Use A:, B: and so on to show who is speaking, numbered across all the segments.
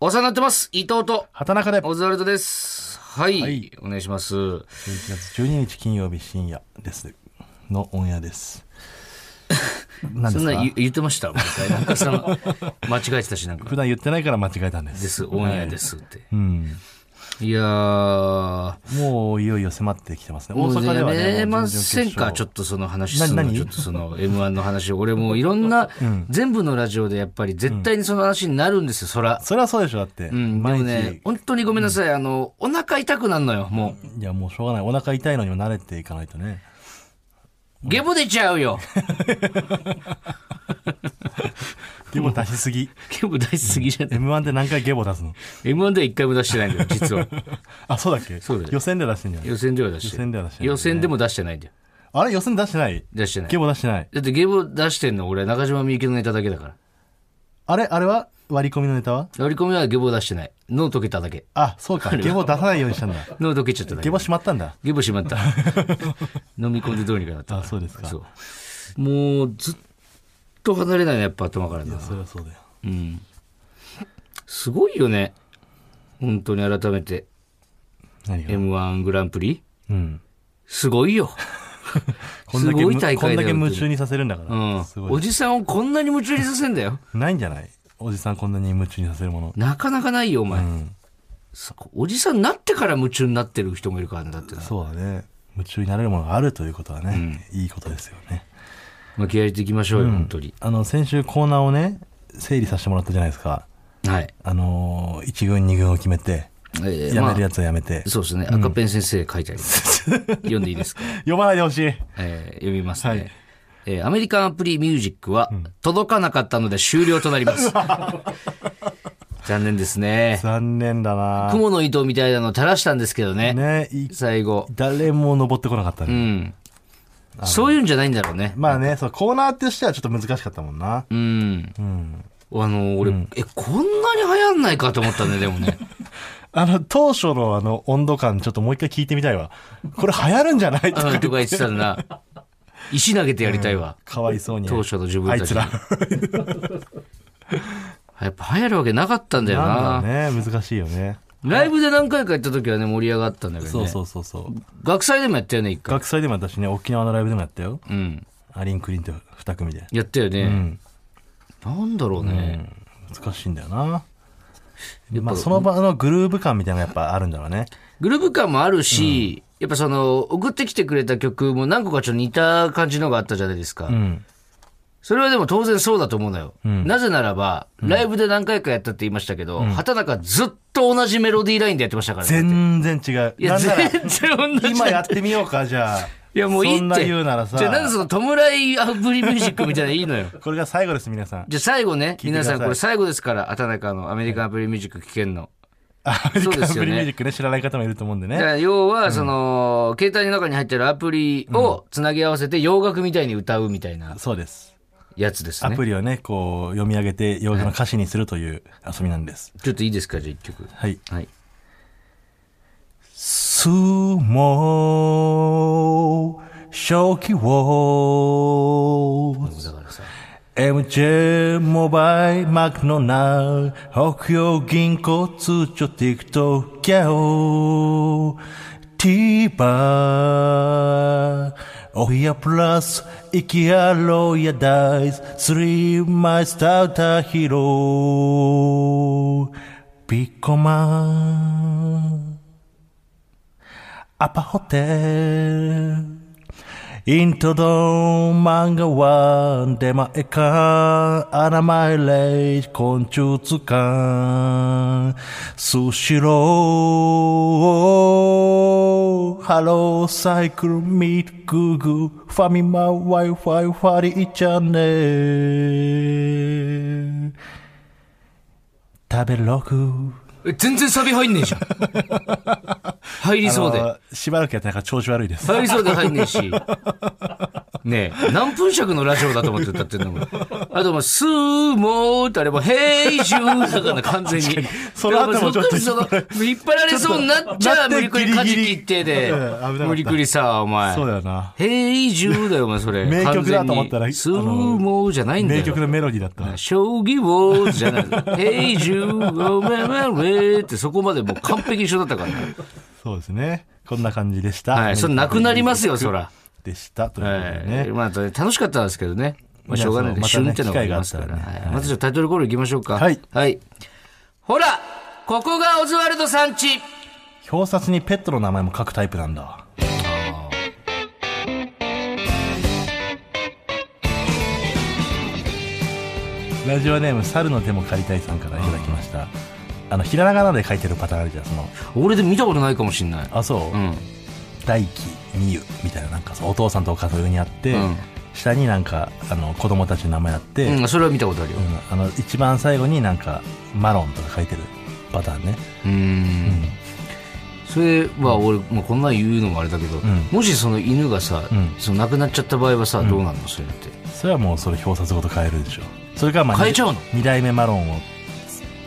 A: お世話になってます。伊藤と
B: 畑中で
A: オズワルドです。はい、
B: はい
A: お願いします。
B: 11月12日金曜日深夜ですのオンエア です。何
A: そ
B: で
A: ん
B: す
A: な
B: か
A: 言言ってました毎回なんかその間違えてたしなんか
B: 普段言ってないから間違えたんで。
A: ですすオンエアですって。
B: うん、
A: い、やー
B: もういよいよ迫ってきてますね。大阪ではね、
A: やめませんかちょ
B: っ
A: っとその話するの
B: 何何
A: ちょっとその M1 の話を俺もういろんな、全部のラジオでやっぱり絶対にその話になるんですよそら
B: と。それはそうでしょだって、
A: うんで
B: 毎
A: も
B: 日、
A: ね本当にごめんなさい、あのお腹痛くなるのよもう
B: いやもうしょうがないお腹痛いのにも慣れていかない とね。
A: ゲボ出ちゃう よ
B: ゲボ出しすぎ。
A: ゲボ出しすぎじゃない
B: M1 で何回ゲボ出 すの？
A: M1 では一回も出してないんだよ実は
B: あそうだっけ
A: そうだよ
B: 予選で出してんじゃん。
A: 予選では出して
B: 予選では出してない
A: 予選でも出してないんだよ
B: あれ予選で出してない。
A: 出してない
B: ゲボ出してない。
A: だってゲボ出してんの俺中島みゆきのネタだけだから
B: あれあれは割り込みのネタは？
A: 割り込みはゲボ出してない脳溶けただけ
B: あそうかゲボ出さないようにしたんだ。
A: 脳溶けちゃっただけ
B: ゲボしまったんだ。
A: ゲボしまった飲み込んでどうにかなった
B: あそうですか
A: そうもうずっと離れないねやっぱ頭から
B: い
A: な
B: やそれはそうだよ。
A: うんすごいよね本当に改めて
B: 何が
A: m 1グランプリ
B: うん。
A: すごいよ
B: こんだけ
A: すごい大会だよ
B: こんだけ夢中にさせるんだか
A: う
B: ら。
A: ん
B: すご
A: お
B: い。
A: じさんをこんなに夢中にさせんだよ
B: ないんじゃないおじさんこんなに夢中にさせるもの。
A: なかなかないよお前、
B: うん。
A: そおじさんになってから夢中になってる人もいるからねだってな
B: そうだね。夢中になれるものがあるということはね、いいことですよね。
A: まあ、気合い入れていきましょうよ、本当に。
B: あの、先週コーナーをね、整理させてもらったじゃないですか。
A: はい。
B: あのー、1軍2軍を決めて、
A: えー
B: や
A: ま
B: め
A: あ
B: るやつはやめて。
A: そうですね。赤ペン先生書いてあります。読んでいいです か、
B: 読まないでほしい。
A: えー読みますね。
B: はい
A: えーアメリカンアプリミュージックは、届かなかったので終了となり ます。残念ですね。
B: 残念だな
A: 雲の糸みたいなの垂らしたんですけどね。
B: ね、い
A: 最後。
B: 誰も登ってこなかった
A: う
B: ね。
A: ん。そういうんじゃないんだろうね。
B: まあね、そう、コーナーとしてはちょっと難しかったもんな。
A: うん。
B: うん。
A: あの、俺、え、こんなに流行んないかと思ったね、でも ね。
B: あの、当初のあの、温度感、ちょっともう一回聞いてみたいわ。これ流行るんじゃない
A: う
B: とか
A: ん、とか言ってたらな。石投げてやりたいわ。
B: かわいそうに。
A: 当初の自分
B: あい
A: たち
B: つ
A: に
B: ら。
A: やっぱ流行るわけなかったんだよな。
B: なんだろうね、難しいよね。
A: ライブで何回か行った時はね、盛り上がったんだけどね。
B: そうそうそうそう。
A: 学祭でもやったよね、一回。
B: 学祭でも私ね、沖縄のライブでもやったよ。
A: うん。
B: アリン・クリンと二組で。
A: やったよ
B: う
A: ね。
B: ん。
A: なんだろうね。
B: 難しいんだよな。
A: やっ
B: ま
A: ぱ
B: あ、その場のグルーヴ感みたいなのがやっぱあるんだろうね。
A: グループ感もあるし、やっぱその、送ってきてくれた曲も何個かちょっと似た感じのがあったじゃないですか。
B: うん。
A: それはでも当然そうだと思うのよ。なぜならば、ライブで何回かやったって言いましたけど、畑中ずっと同じメロディーラインでやってましたからね。
B: 全然違う。
A: いや、
B: なんなら
A: 全、然同じ
B: 今やってみようか、じゃあ。
A: いや、もういいって。
B: そんな言うなら
A: じゃあ、なんで
B: さ。
A: その、弔いアプリミュージックみたいなのいいの よ。
B: これが最後です、皆さん。
A: じゃあ最後ね、
B: いてく
A: 皆
B: ださい
A: さんこれ最後ですから、畑中のアメリカンアプリミュージック聴けんの。
B: アメリ
A: そう
B: カン
A: で
B: ア
A: す
B: プ
A: よね
B: リミュージックね、知らない方もいると思うんで
A: じゃ
B: ね。
A: あ要は、その、携帯の中に入ってるアプリをつなぎ合わせて洋楽みたいに歌うみたいな
B: そうです。
A: やつです
B: ア
A: ね。
B: プリをね、こう、読み上げて、洋楽の歌詞にするという遊びなんです。
A: ちょっといいですか、じゃあ一曲。
B: はい。
A: はい。
B: スモ正気を
A: だからさ、
B: MJ モバイルマクノナル北洋銀行通帳 TikTok ギャオ TVer お部屋プラス IKEA ロイヤダイススリーマイスターターヒーローピッコマンアパホテルイントドン漫画は出前館アナマイレージ昆虫図鑑スシローハローサイクルミートグーグーファミマ Wi-Fi ファリーチャンネル食べログ
A: え全然サビ入んねえじゃ ん。入りそうで。
B: あのしばらくやってなんか調子悪いです
A: 入りそうで入んねえし。ねえ、何分尺のラジオだと思って歌ってんのも。あともう、スーモーってあれも、ヘイジューだから完全に。
B: その後もちょっと
A: その引っ張られそうになっちゃ
B: ちょ
A: う。
B: っとなって
A: 無理くり
B: ギリギ
A: カ
B: リ
A: ジ切ってで
B: うん危なかっ。た
A: 無理くりさ、お前。
B: そうだよな
A: ヘイジューだよ、お前、それ。
B: 名曲だと
A: 完
B: 思
A: 全に
B: ったら
A: スーモーじゃないんだよ。
B: 名曲のメロディーだった。
A: 将棋をじゃない。 ヘイジュー、ごめんめんってそこまでもう完璧一緒だったからね。
B: そうですね。こんな感じでした。
A: はい、それなくなりますよ、そら。
B: でした。ということで
A: は
B: ね
A: い。。まあ、楽しかったんですけどね。まあ、しょうがない
B: い
A: で
B: や
A: す。
B: そう
A: 旬
B: また
A: っ
B: ね
A: てのがありますから。
B: 機会があった
A: はいまずじゃあタイトルコールいきましょうか。
B: はい
A: ほらここがオズワルドさんち
B: 表札にペットの名前も書くタイプなんだ。ラジオネーム、猿の手も借りたいさんからいただきました。あの、ひらがなで書いてるパターンあるじゃん、その。
A: 俺で見たことないかもしんない。
B: あ、そ
A: う
B: う、
A: ん。
B: 大輝、美優みたいな、なんかそうお父さんとお母さん上にあって、
A: うん
B: 下になんか、あの、子供たちの名前あって、
A: うん、それは見たことあるよ
B: う。んあの、一番最後になんか、マロンとか書いてるパターンね。
A: うん。それは俺、もうこんなん言うのもあれだけど、
B: ん
A: もしその犬がさ、
B: ん
A: その亡くなっちゃった場合はさ、どうなるのそれって。
B: それはもうそれ表札ごと変えるでしょ。それからまあ、
A: 変えちゃうの
B: 二代目マロンを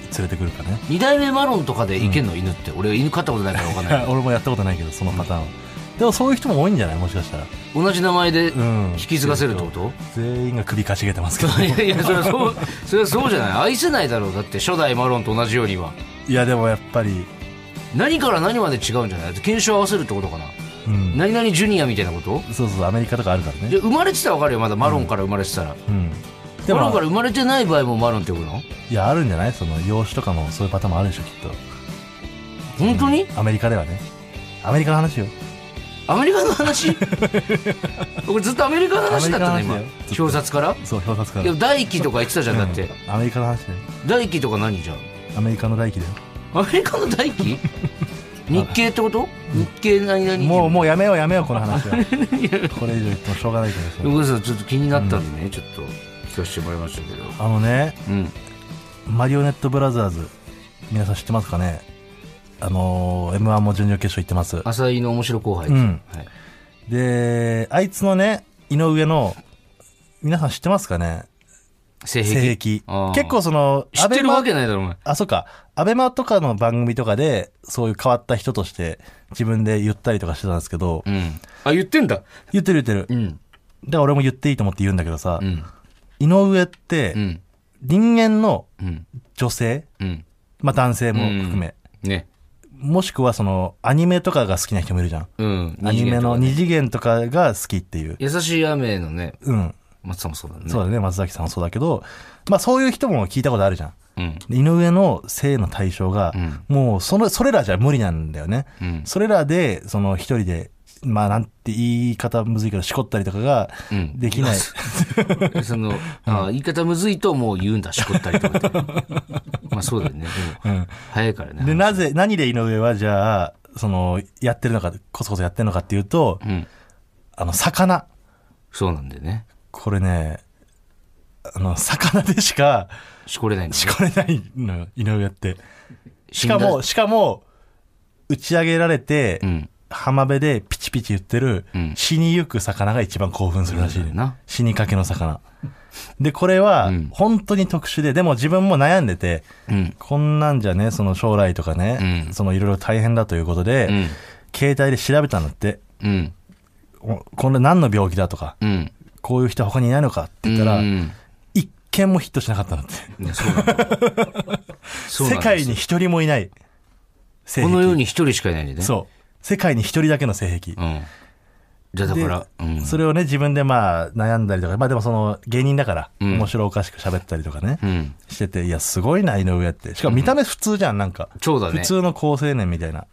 B: つ連れてくるかね。
A: 二代目マロンとかでいけんの、犬って。俺犬飼ったことないからわかんない けど。
B: 俺もやったことないけど、そのパターンは。でもそういう人も多いんじゃないもしかしたら。
A: 同じ名前で
B: ん
A: 引き継がせるってこと、
B: 全員が首かしげてますけど。
A: い やいや、それはそう、それはそうじゃない。愛せないだろう。だって初代マロンと同じようには。
B: いや、でもやっぱり、
A: 何から何まで違うんじゃない検証合わせるってことかな。
B: うん。
A: 何々ジュニアみたいなこと
B: そうそう、アメリカとかあるから
A: で
B: ね。
A: 生まれてたらわかるよ。まだマロンから生まれてたら。
B: うん。で
A: マロン
B: も
A: か、ら生まれてない場合もマロンって呼ぶの
B: いや、あるんじゃないその、養子とかもそういうパターンもあるでしょ、きっ
A: 本当に
B: と。アメリカではね。アメリカの話よ。
A: アメリカの 話俺ずっとアメリカの話だった
B: ア
A: の、
B: メリカ
A: 今
B: の話だよずっ。と
A: 表札から
B: そう、表札から。
A: いや、大輝とか言ってたじゃん、だって。
B: アメリカの話だよ。
A: 大輝とか何じゃん。
B: アメリカの大輝だよ。
A: アメリカの大 輝日系ってこと日系何々
B: もう、もうやめようやめよう、この話は。これ以上言ってもしょうがないけど
A: 横田さんちょっと気になったんでね、ちょっと聞かせてもらいましたけど、
B: あのね、
A: うん、
B: マリオネットブラザーズ、皆さん知ってますかねあのー、M1 も準々決勝行ってます。
A: 浅井の面白後輩です、
B: うん
A: はい、
B: で、あいつのね、井上の、皆さん知ってますかね
A: 性癖
B: 性癖
A: あー。
B: 結構その、
A: 知ってる
B: ア
A: わ
B: ベ
A: け
B: マ
A: ないだろお前
B: あ、そうか。アベマとかの番組とかで、そういう変わった人として、自分で言ったりとかしてたんですけど、
A: うんあ言ってんだ
B: 言ってる言って
A: う
B: る。
A: ん
B: で、俺も言っていいと思って言うんだけどさ
A: う、ん
B: 井上って
A: う、ん
B: 人間の
A: うん
B: 女性、
A: うん
B: まあ男性も含め、
A: ね
B: もしくはその、アニメとかが好きな人もいるじゃん。
A: うん
B: アニメの
A: 二次元とかね
B: 二次元とかが好きっていう。
A: 優しい雨のね
B: うん。
A: 松さんもそうだね
B: そうだね、松崎さんもそうだけど、まあそういう人も聞いたことあるじゃん。
A: うん
B: で井上の性の対象が、もうその、それらじゃ無理なんだよね。
A: うん
B: それらで、その一人で、まあなんて言い方むずいけど、しこったりとかが
A: うん
B: できない。
A: その、あ言い方むずいともう言うんだしこったりとかってまあそうだよねでも、早いからね
B: で、なぜ、何で井上はじゃあ、その、やってるのか、こそこそやってるのかっていうと、
A: うん
B: あの、魚。
A: そうなんでね
B: これね、あの、魚でしか、
A: しこれないんだ
B: しこれないのよ、井上って。しか
A: 死ん
B: も、
A: だ
B: しかも、打ち上げられて、
A: うん
B: 浜辺でピチピチ言ってる、
A: うん
B: 死にゆく魚が一番興奮するらしい、
A: そうだよな
B: 死にかけの魚。で、これは
A: ん、
B: 本当に特殊で、でも自分も悩んでて、
A: うん
B: こんなんじゃね、その将来とかね、
A: うん
B: そのいろいろ大変だということで、
A: うん
B: 携帯で調べたんだって、
A: うん
B: おこれ何の病気だとか、
A: うん
B: こういう人他にいないのかって言ったら、
A: うん
B: 一件もヒットしなかったんだって。
A: いやそうなんだそうなん
B: 世
A: です
B: 界に一人もいない性
A: こ
B: 癖。
A: の世に一人しかいないんでね。
B: そう。世界に一人だけの性癖
A: う。ん。じゃあだから、うん。
B: それをね、自分でまあ悩んだりとか、まあでもその芸人だから、
A: ん
B: 面白おかしく喋ったりとかね、
A: うん。
B: してて、いや、すごいな、井上って。しかも見た目普通じゃん、なんか。
A: そうだね
B: 普通の高青年みたいな。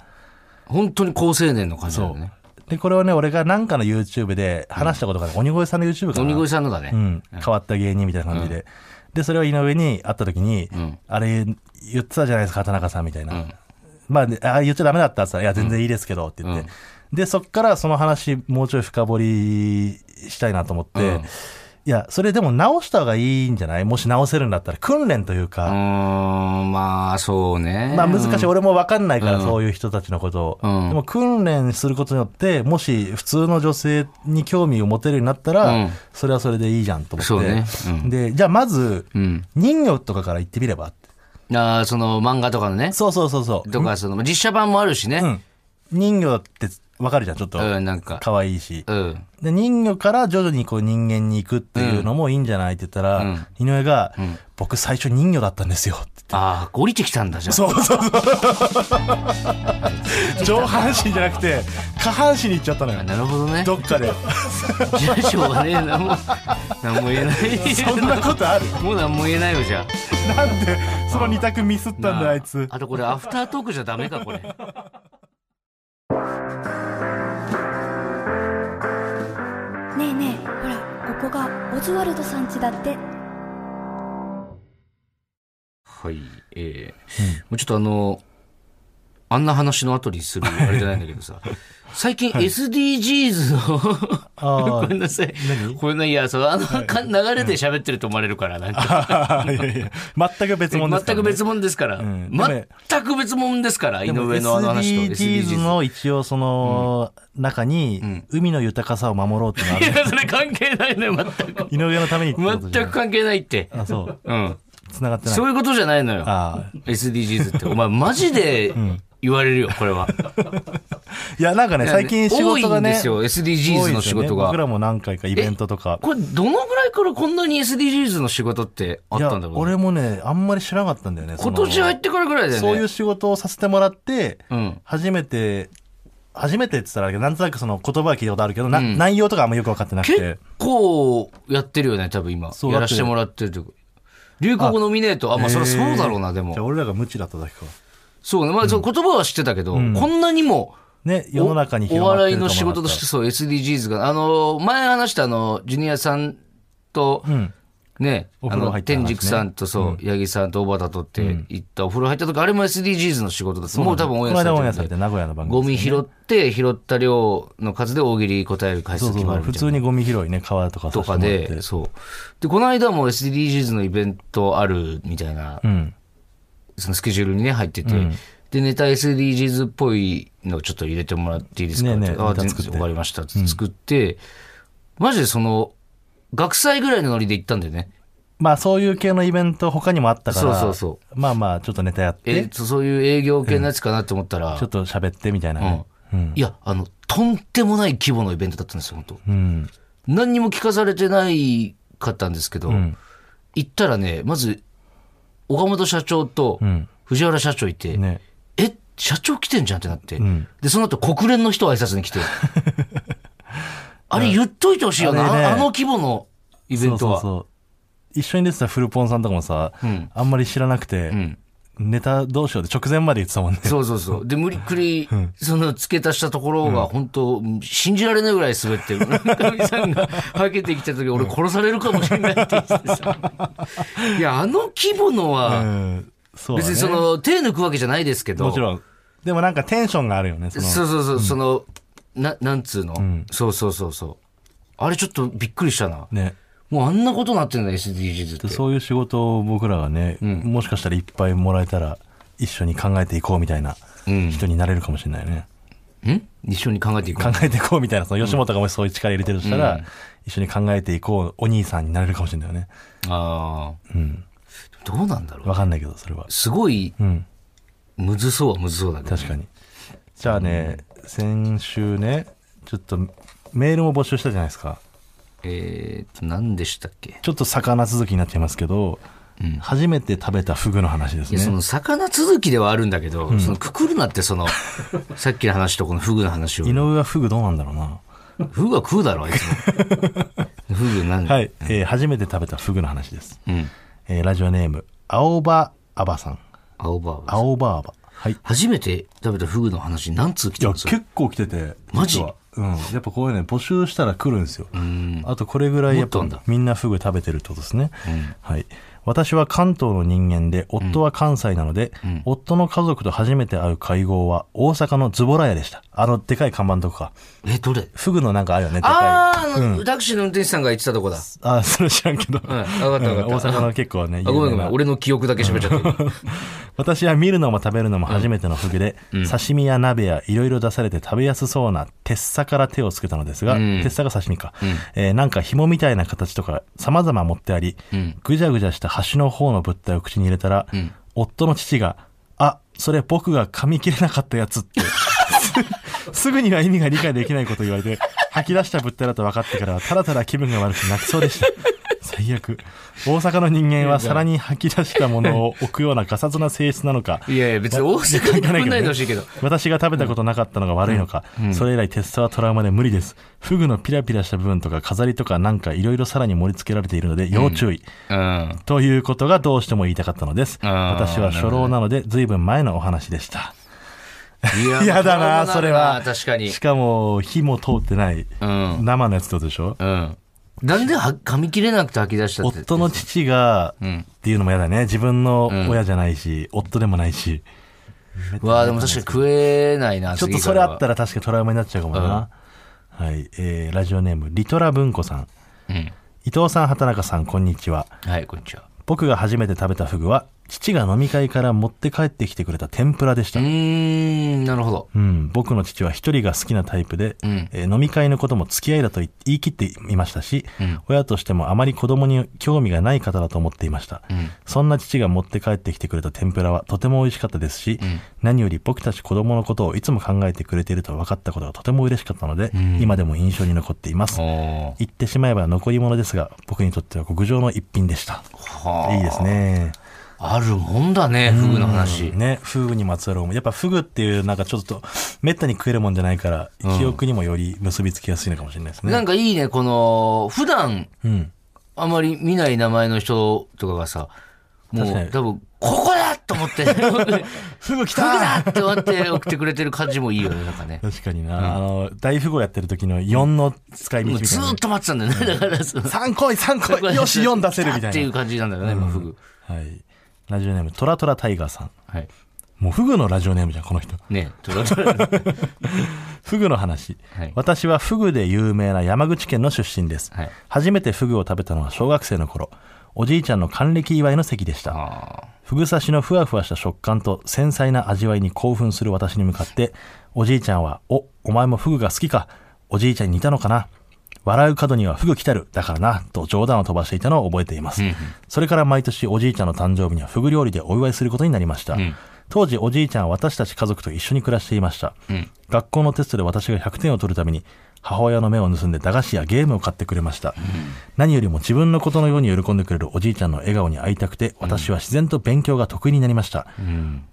A: 本当に高青年の感じだ
B: そ
A: よね。
B: う。で、これをね、俺がなんかの YouTube で話したことがある。鬼越さんの YouTube かな。
A: 鬼越さんのだね。
B: うん、変わった芸人みたいな感じで、でそれを井上に会った時に、
A: ん
B: あれ言ってたじゃないですか田中さんみたいな、まあであ言っちゃダメだったって言ったら「いや全然いいですけど」って言って、でそっからその話もうちょい深掘りしたいなと思って、
A: うん
B: いや、それでも直した方がいいんじゃないもし直せるんだったら、訓練という
A: うー
B: か、
A: ん、まあ、そうね。
B: まあ難しい。
A: うん
B: 俺も分かんないから、そういう人たちのことを。
A: うん
B: でも訓練することによって、もし普通の女性に興味を持てるようになったら、
A: うん
B: それはそれでいいじゃんと思って。
A: そうねうん
B: で、じゃあまず、
A: うん。
B: 人魚とかから言ってみればって。
A: あーその漫画とかのね。
B: そうそうそうそう。
A: とか、その、実写版もあるし
B: う
A: ね。
B: ん。人魚って分かるじゃん、ちょっと。
A: うん、なんか。
B: 可愛いし。
A: うん。
B: で、人魚から徐々にこう人間に行くっていうのもいいんじゃないって言ったら、
A: うん
B: 井上が、僕最初人魚だったんですよって言って。
A: ああ、降りてきたんだ、じゃあ。
B: そうそうそう。上半身じゃなくて、下半身に行っちゃったのよ
A: あ。なるほどね。
B: どっか で。
A: じゃあ、しょうがねえな。もう、なんも言えない。
B: そんなことある
A: もうなんも言えないよ、じゃあ。
B: なんで、その二択ミスったん
A: な
B: だ、あいつ。
A: あとこれ、アフタートークじゃダメか、これ。
C: ねえねえほらここがオズワルドさん家だって
A: はい。えーもうちょっとあの、あんな話の後にする、あれじゃないんだけどさ。最近 SDGs の、
B: あ
A: ご めんなさい。これね、いや、そう、あの、か流れで喋ってると思われるから、なんか。
B: あ。いやいや、全く別物ですから
A: 全く
B: ね
A: 別物ですから。
B: ん
A: 全く別物ですから、井
B: でも
A: 上のあの話と
B: SDGs。の一応その中に、海の豊かさを守ろうってのがあ
A: い
B: る。
A: や、それ関係ないのよ、全く。
B: 井上のためにってことじ
A: 全
B: ゃん
A: く関係ないって。
B: あ、そう。
A: うん。
B: 繋がってない。
A: そういうことじゃないのよ。
B: ああ。
A: SDGs って。お前、マジで言われるよ、これは。
B: いや、なんかね、最近仕事が
A: 多い
B: ね、
A: んですよ、SDGs の仕
B: 多いです
A: 事
B: よね
A: が。
B: 僕らも何回かイベントとか。
A: これ、どのぐらいからこんなに SDGs の仕事ってあっ
B: いや
A: たんだろうね、
B: 俺もね、あんまり知らなかったんだよね。そ
A: 今
B: の
A: 年入ってからぐらいだよね。
B: そういう仕事をさせてもらって
A: うん、
B: 初めて、初めてって言ったらあれだけど、なんとなくその言葉は聞いたことあるけど、な内容とかあんまよく分かってなくて
A: 結。構やってるよね、多分今。
B: そう
A: やらせてもらってるという流行語ノミネート。あ、まあそれはそうだろうな、で
B: じゃあ
A: も。
B: 俺らが無知だっただけか。
A: そうね。まあ、そう言葉は知ってたけど、こんなにも、
B: ね、世の中
A: お
B: に
A: お
B: 広まって
A: 笑い
B: ると思わなかった
A: の仕事として、そう、SDGs が、あの、前話したあの、ジュニアさんと、
B: うん。
A: ね、
B: お
A: あ
B: 風呂
A: の
B: 入、った話ね
A: 天竺さんとそう、八木さんと小畑とって行ったお風呂入ったとか、あれも SDGs の仕事です。もう多分
B: こ
A: 応援
B: の
A: され
B: 間
A: て
B: オンエ
A: る
B: ア
A: ん
B: され
A: で
B: て、名古屋の番組
A: ゴ。ミ拾って、拾った量の数で大喜利答える回
B: そ
A: 数決
B: うそうそ
A: ま
B: う
A: るみ
B: 普
A: たい
B: 通
A: な。
B: にゴミ拾いね、川とか
A: と
B: させて
A: か
B: もらって
A: で、そう。で、この間も SDGs のイベントあるみたいな、
B: うん。
A: そのスケジュールにね、入ってて、で、ネタ SDGs っぽいのちょっと入れてもらっていいですか
B: ねえねえ
A: ってあ
B: ネタ
A: 全
B: 作っ
A: 然
B: て
A: 終わりましたって作って、マジでその、学祭ぐらいのノリで行ったんだよね。
B: まあそういう系のイベント他にもあったから、
A: そうそう
B: まあまあちょっとネタやっ
A: え
B: て、ち
A: そうそういう営業系のやつかなって思ったら、
B: ょっと喋ってみたいなね。
A: うんいや、あの、とんでもない規模のイベントだったんですよ、本当
B: うん。
A: 何にも聞かされてないかったんですけど、行ったらね、まず、岡本社長と藤原社長いて、
B: ね。
A: え、社長来てんじゃんってなって、で、その後国連の人挨拶に 来て、あれ言っといてほしいよな、
B: あれね
A: ああの規模のイベントは。
B: そうそう。一緒に出てたフルポンさんとかもさ、
A: ん
B: あんまり知らなくて、
A: ん
B: ネタどうしようって直前まで言ってたもんね。
A: そうそうそう。で、無理くり、その、付け足したところが、本当信じられないぐらい滑って る。村上さんが、はけてきた時、俺殺されるかもしれないって言って さ。いや、あの規模の
B: う
A: は、
B: ん。そうだね
A: 別にそ、の、手抜くわけじゃないですけど。
B: もちろん。でもなんかテンションがあるよね、その。
A: そうそうそう、その、な、なんつうの、そうそうそうそう。あれちょっとびっくりしたな。
B: ね。
A: もうあんなことなってんだ、SDGs って。
B: そういう仕事を僕らがね、もしかしたらいっぱいもらえたら、一緒に考えていこうみたいな
A: うん
B: 人になれるかもしれないね。
A: ん一緒に考えていく
B: 考。えていこうみたいな、その吉本がもしそういう力入れてるとしたら、一緒に考えていこうお兄さんになれるかもしれないよね。
A: ああ。どうなんだろう。
B: わかんないけど、それは。
A: すごい、
B: うん。
A: むずそうはむずそうだけど。
B: 確かに。じゃあね、先週ね、ちょっとメールも募集したじゃないですか。
A: えー、と、何でしたっけ、
B: ちょっと魚続きになっちゃいますけど、初めて食べたフグの話です
A: いや、そ
B: ね。
A: の、魚続きではあるんだけど、その、くくるなって、そ の、さっきの話とこのフグの話を
B: 井。上はフグどうなんだろうな。
A: フグは食うだろ、あいつ も。フグなん
B: はい、えー初めて食べたフグの話です。
A: うん。
B: えーラジオネーム、青葉あばさん。
A: 青葉は。
B: 青葉あば。はい。い
A: 初めて食べたフグの話、何通来て
B: や、
A: ます
B: 結構来てて。
A: マジ
B: 実はうん、やっぱこういうね募集したら来るんですよ、あとこれぐらいやっ
A: もっ
B: ぱ
A: とあんだ
B: みんなフグ食べてるってことですね、はい私は関東の人間で夫は関西なので、夫の家族と初めて会う会合は大阪のズボラ屋でしたあのでかい看板のとこか
A: え、どれ
B: フグのなんかあるよねでかい
A: あーあの、タクシーの運転手さんが言ってたとこだ。
B: あそれ知らんけど、
A: はい、わかったわかった。
B: うん大阪の結構ね
A: あ、ごめんごめ。
B: 有名なん
A: 俺の記憶だけ喋っちゃってる。
B: 私は見るのも食べるのも初めてのフグで、刺身や鍋やいろいろ出されて食べやすそうな鉄砂から手をつけたのですが、鉄砂が刺身か、えーなんか紐みたいな形とか様々持ってあり、ぐじゃぐじゃした端の方の物体を口に入れたら、夫の父が、あ、それ僕が噛み切れなかったやつって、すすぐには意味が理解できないことを言われて、吐き出した物体だと分かってからは、ただただ気分が悪く泣きそうでした。最悪。大阪の人間は皿に吐き出したものを置くようなガサツな性質なのか。
A: いやいや、別に大阪に来ないでほしいけど。
B: 私が食べたことなかったのが悪いのか、それ以来鉄砂はトラウマで無理です。フグのピラピラした部分とか飾りとかなんかいろいろ皿に盛り付けられているので要注意。
A: うん。
B: ということがどうしても言いたかったのです。
A: あー
B: 私は初老なので随分前のお話でした。
A: いや
B: 嫌だな、
A: まあ
B: それは。
A: 確かに
B: し。かも、火も通ってない。
A: うん。
B: 生のやつってことでしょ
A: うん。なんでは噛み切れなくて吐き出したって。
B: 夫の父が、っていうのも嫌だね。自分の親じゃないし、夫でもないし。
A: わあでも確かに食えないな、
B: ちょっとそれあった
A: ら。
B: ら確かにトラウマになっちゃうかもな。はい。えー、ラジオネーム、リトラ文庫さん。
A: うん。
B: 伊藤さん、畑中さん、こんにちは。
A: はい、こんにちは。
B: 僕が初めて食べたフグは、父が飲み会から持って帰ってきてくれた天ぷらでした
A: うー。ん、なるほど。
B: うん、僕の父は一人が好きなタイプで、
A: ん
B: えー飲み会のことも付き合いだと言い言い切っていましたし、親としてもあまり子供に興味がない方だと思っていました、そんな父が持って帰ってきてくれた天ぷらはとても美味しかったですし、何より僕たち子供のことをいつも考えてくれていると分かったことがとても嬉しかったので、今でも印象に残っています
A: お
B: 言ってしまえば残り物ですが僕にとっては極上の一品でしたいいですね
A: あるもんだね、フグの話。
B: ね、フグにまつわる思い。やっぱフグっていう、なんかちょっと、めったに食えるもんじゃないから、記憶にもより結びつきやすいのかもしれないです
A: な
B: ね。
A: んかいいね、この、普段、
B: うん。
A: あまり見ない名前の人とかがさ、もう
B: 確かに
A: 多分、ここだと思 って、
B: フグ来
A: フグだって思って送ってくれてる感じもいいよね、なんかね。
B: 確かにな、あの、大富豪やってる時の4の使い道
A: も
B: み
A: う
B: たい
A: ず
B: な
A: ーっ
B: ね。
A: と待ってたんだよね、だからその。
B: 3来い3来いよし4出せるみた
A: ってい
B: いうな。
A: 感じなんだよね、今フグ。
B: はい。ラジオネーム、トラトラタイガーさん。
A: はい。
B: もうフグのラジオネームじゃん、この人。
A: ねトラトラ。
B: フグの話、
A: はい
B: 私はフグで有名な山口県の出身です、
A: はい
B: 初めてフグを食べたのは小学生の頃おじいちゃんの還暦祝いの席でしたフグ刺しのふわふわした食感と繊細な味わいに興奮する私に向かっておじいちゃんは「おお前もフグが好きかおじいちゃんに似たのかな」笑う角にはフグ来たるだからなと冗談を飛ばしていたのを覚えています、それから毎年おじいちゃんの誕生日にはフグ料理でお祝いすることになりました、当時おじいちゃんは私たち家族と一緒に暮らしていました、学校のテストで私が100点を取るために母親の目を盗んで駄菓子やゲームを買ってくれました、何よりも自分のことのように喜んでくれるおじいちゃんの笑顔に会いたくて私は自然と勉強が得意になりました、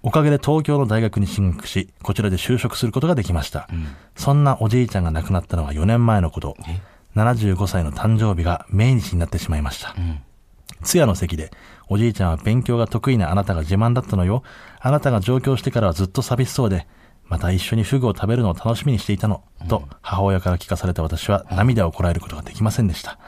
B: おかげで東京の大学に進学しこちらで就職することができました、そんなおじいちゃんが亡くなったのは4年前のこと75歳の誕生日が命日になってしまいました、通夜の席で、おじいちゃんは勉強が得意なあなたが自慢だったのよ。あなたが上京してからはずっと寂しそうで、また一緒にフグを食べるのを楽しみにしていたの。と、母親から聞かされた私は涙をこらえることができませんでした。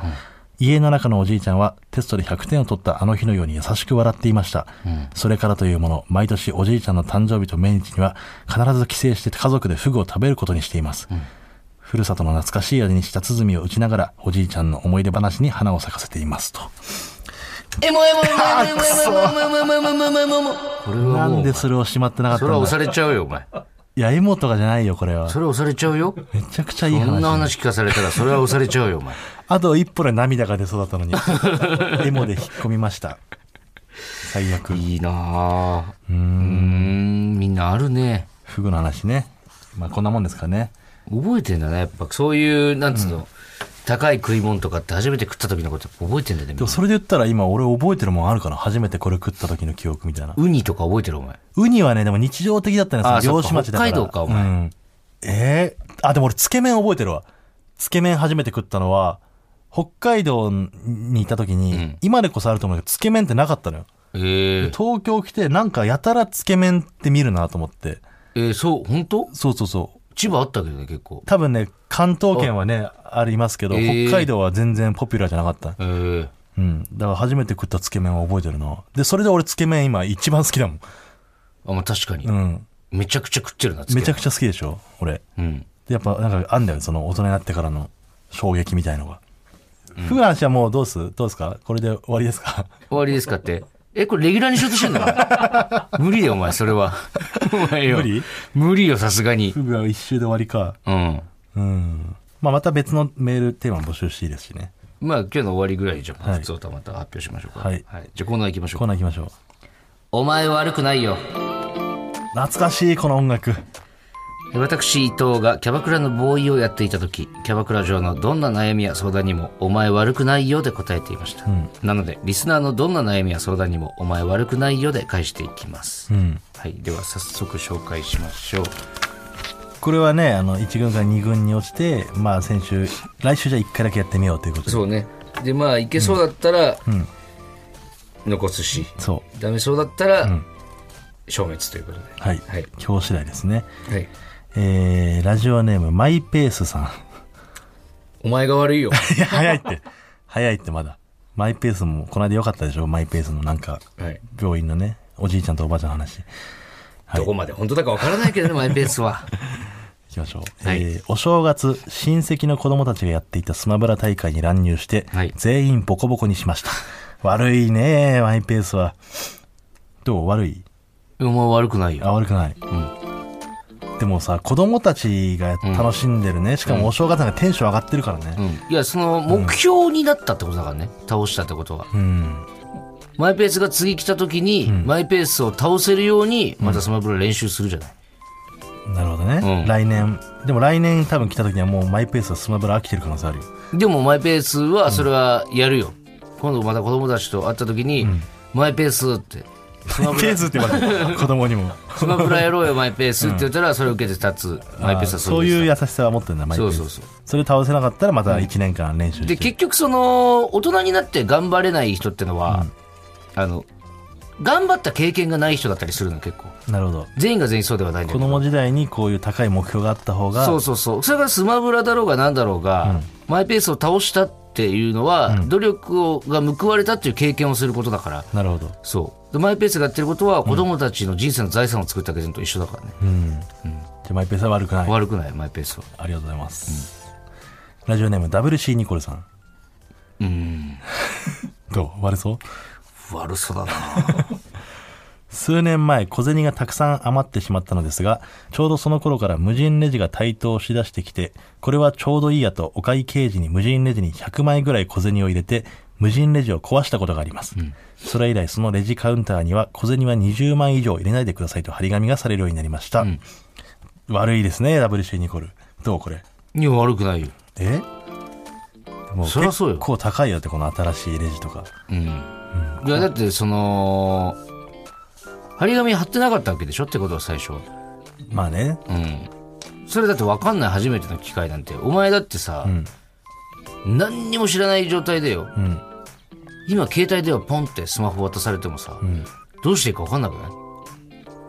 B: 家の中のおじいちゃんはテストで100点を取ったあの日のように優しく笑っていました。それからというもの、毎年おじいちゃんの誕生日と命日には必ず帰省して家族でフグを食べることにしています。ふるさとの懐かしい味に舌鼓を打ちながら、おじいちゃんの思い出話に花を咲かせていますと。
A: エモエモエモエモエモエモエモエモエモエモエモこれ
B: な
A: はも
B: ん
A: う
B: で、それをしまってなかった
A: そ
B: ん
A: れは
B: だ
A: 押されちゃうよ、お前。
B: いや、エモとかじゃないよ、これは。
A: それは押されちゃうよ。
B: めちゃくちゃいい
A: こんな
B: 話。
A: 話聞かされたら、それは押されちゃうよ、お前。
B: あと一歩で涙が出そうだったのに。 エモで引っ込みました。最悪。
A: いいなあうーん、みんなあるね。
B: フグの話ね。まあ、こんなもんですかね。
A: 覚えてんだね、やっぱ。そういう、なんつうの、高い食い物とかって初めて食った時のこと覚えてんだよね
B: で。も、それで言ったら今、俺覚えてるもんあるかな初めてこれ食った時の記憶みたいな。
A: ウニとか覚えてる、お前。
B: ウニはね、でも日常的だったんです
A: あそっか
B: よ。漁師町だから。
A: 北海道かお前
B: うんえーあ、でも俺、つけ麺覚えてるわ。つけ麺初めて食ったのは、北海道にいた時に、今でこそあると思うけど、つけ麺ってなかったのよ。
A: ええ
B: 東京来てなんかやたらつけ麺って見るなと思って
A: えーそう、本当
B: そうそうそう
A: 千葉あったけどね、結構。
B: 多分ね、関東圏はね、ありますけど、
A: えー
B: 北海道は全然ポピュラーじゃなかった。
A: えー、
B: うん。だから初めて食ったつけ麺は覚えてるな。で、それで俺つけ麺今一番好きだもん。
A: あ、まあ確かに、
B: うん。
A: めちゃくちゃ食ってるな、
B: めちゃく
A: ち
B: ちゃ好きでしょ俺。
A: ゃ。うん。
B: でやっぱなんかあんだよね、その大人になってからの衝撃みたいのが。ふぐの話はもうどうすどうですかこれで終わりですか
A: 終わりですかって。え、これレギュラーにしようとして んの無理だよ、お前、それは。お前よ。
B: 無理
A: 無理よ、さすがに。
B: ふぐは一周で終わりか。
A: うん。
B: うん。まあまた別のメールテーマ募集していいですしね。
A: まあ、今日の終わりぐらいにじゃあ、
B: はい
A: 普通とまた発表しましょうか。
B: はい
A: じゃあ、コーナー行きましょう
B: コ
A: か。
B: ーナー行きましょう。
A: お前は悪くないよ。
B: 懐かしい、この音楽。
A: 私伊藤がキャバクラのボーイをやっていた時キャバクラ上のどんな悩みや相談にも「お前悪くないよ」で答えていました、なのでリスナーのどんな悩みや相談にも「お前悪くないよ」で返していきます、はい、では早速紹介しましょう
B: これはね、あの、1軍から2軍に落ちて、まあ先週、来週じゃ1回だけやってみようということで。
A: そうねでまあいけそうだったら、残すし
B: そ
A: ダメそうだったら、消滅ということで
B: う。はい。
A: はい
B: 今日次第ですね。
A: はい
B: えー、ラジオネーム、マイペースさん。
A: お前が悪い よ
B: いや、早いって。早いってまだ。マイペースも、この間良かったでしょマイペースのなんか、
A: はい
B: 病院のね、おじいちゃんとおばあちゃんの話。
A: どこまで本当だかわからないけどね、マイペースは。
B: 行きましょう。
A: はい
B: えーお正月、親戚の子供たちがやっていたスマブラ大会に乱入して、
A: はい
B: 全員ボコボコにしました。 悪いねマイペースは。どう悪い
A: お前悪くないよ。
B: あ、悪くない。でもさ、子供たちが楽しんでるね。しかもお正月なんかテンション上がってるからね。
A: いや、その、目標になったってことだからね。倒したってことは。
B: うん。
A: マイペースが次来た時に、マイペースを倒せるように、またスマブラ練習するじゃない。
B: なるほどね。
A: うん
B: 来年。でも来年多分来た時にはもうマイペースはスマブラ飽きてる可能性あるよ。
A: でも、マイペースは、それはやるよ。今度また子供たちと会った時に、マイペースって、スマブ
B: ペ
A: ラ
B: ー、スって言わ れてる。子供にも。
A: スマブラやろう よ、マイペースって言ったら、それを受けて立つ。マイペースは
B: そう
A: う
B: いう
A: で
B: 優しさは持ってるんだ、マイ
A: す。
B: ペ
A: そ
B: ー
A: う
B: ス。
A: そうそう。
B: それ倒せなかったらまた1年間練習して。
A: で、結局、その、大人になって頑張れない人ってのは、あの、頑張った経験がない人だったりするの、結構。
B: なるほど。
A: 全員が全員そうではないんだけ
B: 子
A: ど。
B: 供時代にこういう高い目標があった方が、
A: そうそうそう。それがスマブラだろうがなんだろうが、マイペースを倒したっていうのは、努力をが報われたっていう経験をすることだから。
B: なるほど。
A: そう。でマイペースがやってることは、子供たちの人生の財産を作ってあげるのと一緒だからね。
B: じゃあマイペースは悪くない。
A: 悪くない、マイペースは。
B: ありがとうございます。ラジオネーム WC ニコルさん。うん。 どう悪そう
A: 悪そうだな。
B: 数年前、小銭がたくさん余ってしまったのですが、ちょうどその頃から無人レジが台頭しだしてきて、これはちょうどいいやと、お会計時に無人レジに100枚ぐらい小銭を入れて、無人レジを壊したことがあります。それ以来、そのレジカウンターには、小銭は20枚以上入れないでくださいと張り紙がされるようになりました。悪いですね、WC ニコル。どうこれ。
A: いや、悪くないよ。
B: えもう
A: そりゃそうよ
B: 結構高いよって、この新しいレジとか。
A: うん。いや、だって、その、張り紙貼ってなかったわけでしょってことは最初は。
B: まあね。
A: うん。それだって分かんない初めての機会なんて。お前だってさ、何にも知らない状態でよ。
B: ん
A: 今、携帯ではポンってスマホ渡されてもさ、どうしていいか分かんなくない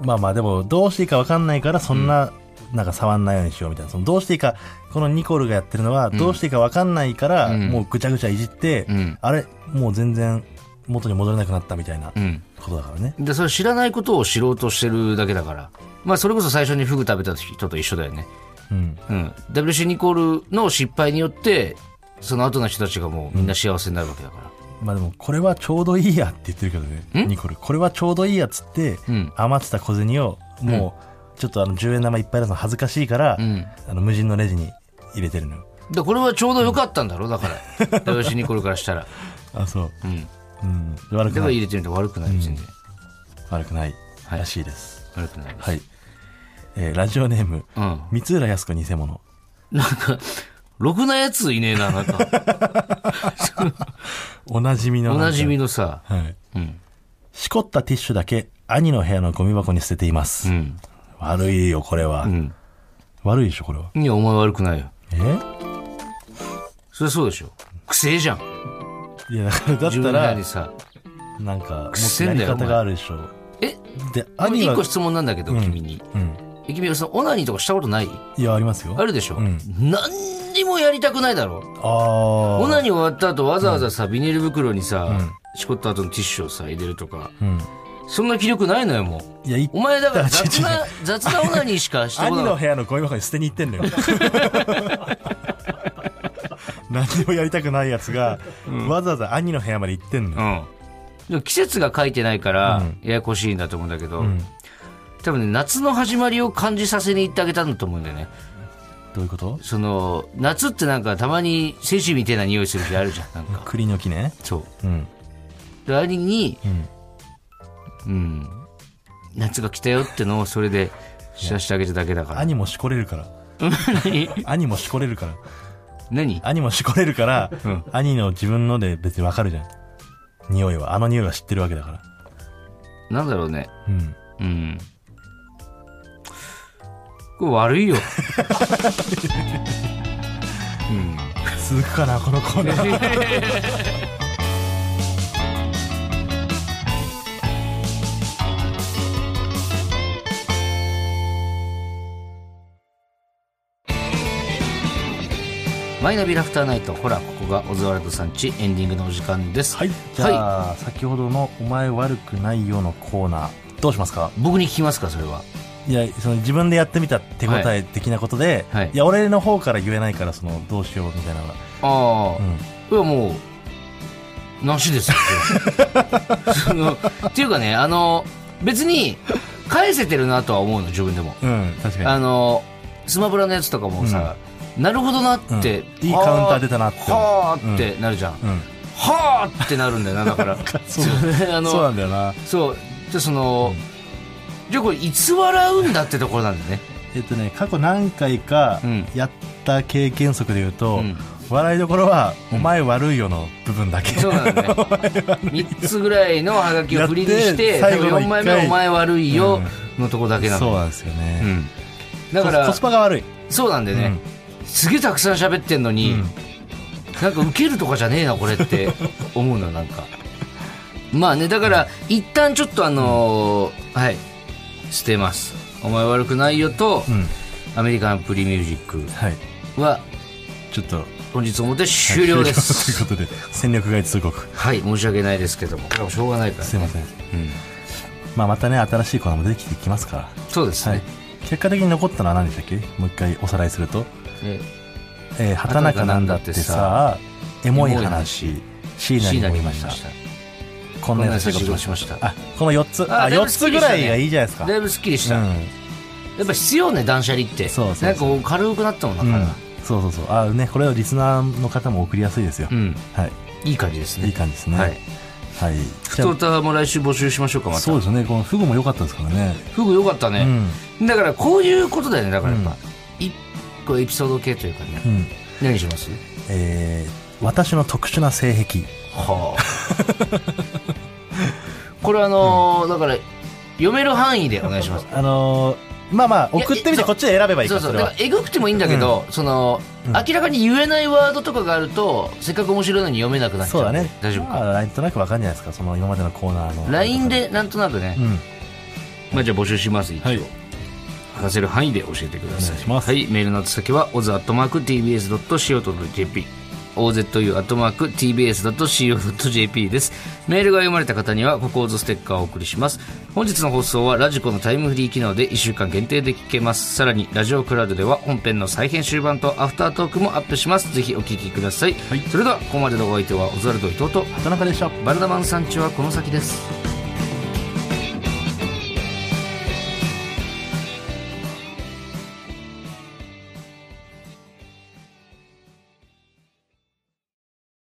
B: まあまあでもどうしていいか分かんないからそんな、なんか触んないようにしようみたいなそのどうしていいかこのニコルがやってるのはどうしていいか分かんないから、もうぐちゃぐちゃいじって、
A: ん
B: あれもう全然元に戻れなくなったみたいな
A: うん。
B: ことだからね、
A: で、それ知らないことを知ろうとしてるだけだから。まあ、それこそ最初にフグ食べた人と一緒だよね。
B: うん、
A: うん。WC ニコルの失敗によって、その後の人たちがもうみんな幸せになるわけだから。
B: まあでもこれはちょうどいいやって言ってるけどねニコルこれはちょうどいいやっつって、
A: ん
B: 余ってた小銭をもうちょっとあの10円玉いっぱい出すの恥ずかしいから、あの無人のレジに入れてるのよ
A: で、これはちょうど良かったんだろだから。WC ニコルからしたら。
B: あそう
A: うん。
B: うん悪く
A: だか
B: な
A: ら
B: い
A: 入れてみて悪くない、全然。
B: 悪くないらしいです、
A: 悪くないです。
B: はい。えーラジオネーム、
A: うん
B: 三浦康子偽物。
A: なんか、ろくなやついねえな、なん か。
B: おなじみの。
A: おなじみ
B: の。
A: のさ。
B: はい。
A: うん。
B: しこったティッシュだけ、兄の部屋のゴミ箱に捨てていま
A: う
B: す。
A: ん。
B: 悪いよ、これは。
A: うん。
B: 悪いでしょ、これは。
A: いや、お前悪くないよ。
B: え
A: そりゃそうでしょ。癖じゃん。
B: いや、だから、だっ
A: 自分の
B: た
A: 部屋
B: ら
A: に、さ。
B: なんか、もっと
A: 癖
B: や
A: ん
B: り
A: だよ
B: 方があるでしょ。
A: え
B: で、
A: あの
B: 兄
A: 一
B: が
A: 個、質問なんだけど、君に。
B: うん。
A: え君はそのオナニーとかしたことない
B: いや、ありますよ。
A: あるでしょ、
B: うん
A: 何にもやりたくないだろ
B: ああ。
A: オナニー終わった後わざわざさ、ビニール袋にさ、しこった後のティッシュをさ入れるとか、
B: うん。
A: そんな気力ないのよもう
B: いや、い
A: お前だから雑
B: 違う違
A: な雑なオナニーしかしたこ
B: 兄
A: と
B: の
A: ない
B: 部屋のゴミ箱に捨てに行って んのよ何にもやりたくないやつが、わざわざ兄の部屋まで行ってんの、
A: うんでも季節が書いてないからややこしいんだと思うんだけど、多分ね夏の始まりを感じさせに行ってあげたんだと思うんだよね
B: どういうこと
A: その夏ってなんかたまに精子みたいな匂いする日あるじゃんなんか
B: 栗の木ね
A: そう
B: うん
A: で兄に、うん夏が来たよってのをそれで知らせてあげただけだから
B: 兄もしこれるから
A: 何
B: 兄もしこれるから
A: 何
B: 兄もしこれるから、
A: うん
B: 兄の自分ので別にわかるじゃん匂いはあの匂いは知ってるわけだから
A: なんだろうね
B: うん
A: うんこれ悪いようん
B: 続くかなこのコーナー
A: マイナビラフターナイトほらここがオズワルドさんちエンディングのお時間です
B: はいじゃあ、先ほどの「お前悪くないよ」のコーナーどうしますか
A: 僕に聞きますかそれはい
B: やその自分でやってみた手応え的なことで、
A: はい
B: い
A: はい
B: や俺の方から言えないからそのどうしようみたいなのが、
A: あ
B: う
A: あ、
B: ん、
A: いやもうなし ですよそのっていうかねあの別に返せてるなとは思うの自分でも
B: うん、確か
A: あのスマブラのやつとかもさ、なるほどなって、
B: うんいいカウンター出たなって
A: はあってなるじゃん、
B: に、うん、
A: はあってなるんだよなだから
B: そう
A: そうあの
B: そうなんだよな
A: そうでその、じゃあこれいつ笑うんだってところなんだよね
B: えっとね過去何回か
A: うん
B: やった経験則で言うと、
A: うん
B: 笑いどころは「お前悪いよ」の部分だけ、
A: そうなん だね3つぐらいのハガキを振りにして
B: やって最後の
A: 4枚目「
B: 一回
A: お前悪いよ」のとこだけなんだ
B: そう
A: よ
B: なんですよね、
A: うんだか
B: コス
A: ら
B: コスパが悪い、
A: そうなんだよね、すげえたくさん喋ってんのに、
B: うん
A: なんかウケるとかじゃねえなこれ って思うのなんかまあねだから一旦ちょっとあのーはい捨てます「お前悪くないよと」
B: うん
A: アメリカンプリミュージック
B: はい」
A: は
B: ちょっと
A: 本日をもって終了です、
B: 終了ということで戦力外通告
A: はい申し訳ないですけどもこれはしょうがないから、
B: すいません、
A: うん
B: まあ、またね新しいコーナーも出てきてきますから
A: そうですね、
B: はい、結果的に残ったのは何でしたっけもう一回おさらいすると、
A: え
B: えー、畑中なんだってさエモい話椎名
A: 椎
B: に
A: 名
B: も
A: に
B: い
A: も
B: ま
A: い
B: し
A: ま
B: た
A: した
B: こん
A: こん
B: な
A: な
B: 優
A: 優し
B: しい
A: い
B: こ
A: こと
B: と
A: をしました
B: あこの4つあ
A: あだい
B: 4
A: ぶすっ
B: つ
A: きり
B: ぐ
A: したね
B: らいがいいじゃないですか、
A: だいぶすっきりした、や
B: う
A: っぱ必要ね断捨離って
B: そうそうそう、
A: なんかこう軽くなったもんなんか
B: うん
A: ら、
B: そうそうそうあねこれをリスナーの方も送りやすいですよ、
A: うん、
B: はい
A: いい感じですね
B: いい感じですね
A: はい
B: はい
A: ふ
B: じゃ
A: と歌も来週募集しましょうか
B: あ
A: ま
B: そう
A: た
B: ですねこのフグも良かったですからね
A: フグよかった
B: う
A: ね、
B: ん
A: だからこういうことだよねだからやっぱ、
B: うん
A: 一個エピソード系というかね、
B: うん
A: 何します
B: えー、私の特殊な性癖
A: はあ これあのーだから読める範囲でお願いします
B: あのー、まあまあ
A: いや
B: 送ってみて
A: そう
B: こっちで選べばいいか
A: そう
B: ら
A: そだ
B: そうれ
A: か
B: は
A: らえぐくてもいいんだけど、その、
B: うん
A: 明らかに言えないワードとかがあるとせっかく面白いのに読めなくなっちゃう
B: そうだね
A: 大丈夫か
B: まあ、なんとなくわかんじゃないですかその今までのコーナーの
A: LINE でなんとなくね
B: う、ん
A: まあじゃあ募集します一応、
B: はい
A: 話せる範囲で教えてください
B: お願いします
A: はいメールの宛先は o z t b s c o j p ozu.tbs.co.jp です。メールが読まれた方には、ここオズステッカーをお送りします。本日の放送は、ラジコのタイムフリー機能で1週間限定で聞けます。さらに、ラジオクラウドでは、本編の再編集版とアフタートークもアップします。ぜひお聞きください。それでは、ここまでのお相手は、オズワルド伊藤と、
B: 田中でした
A: バルダマン山頂はこの先です。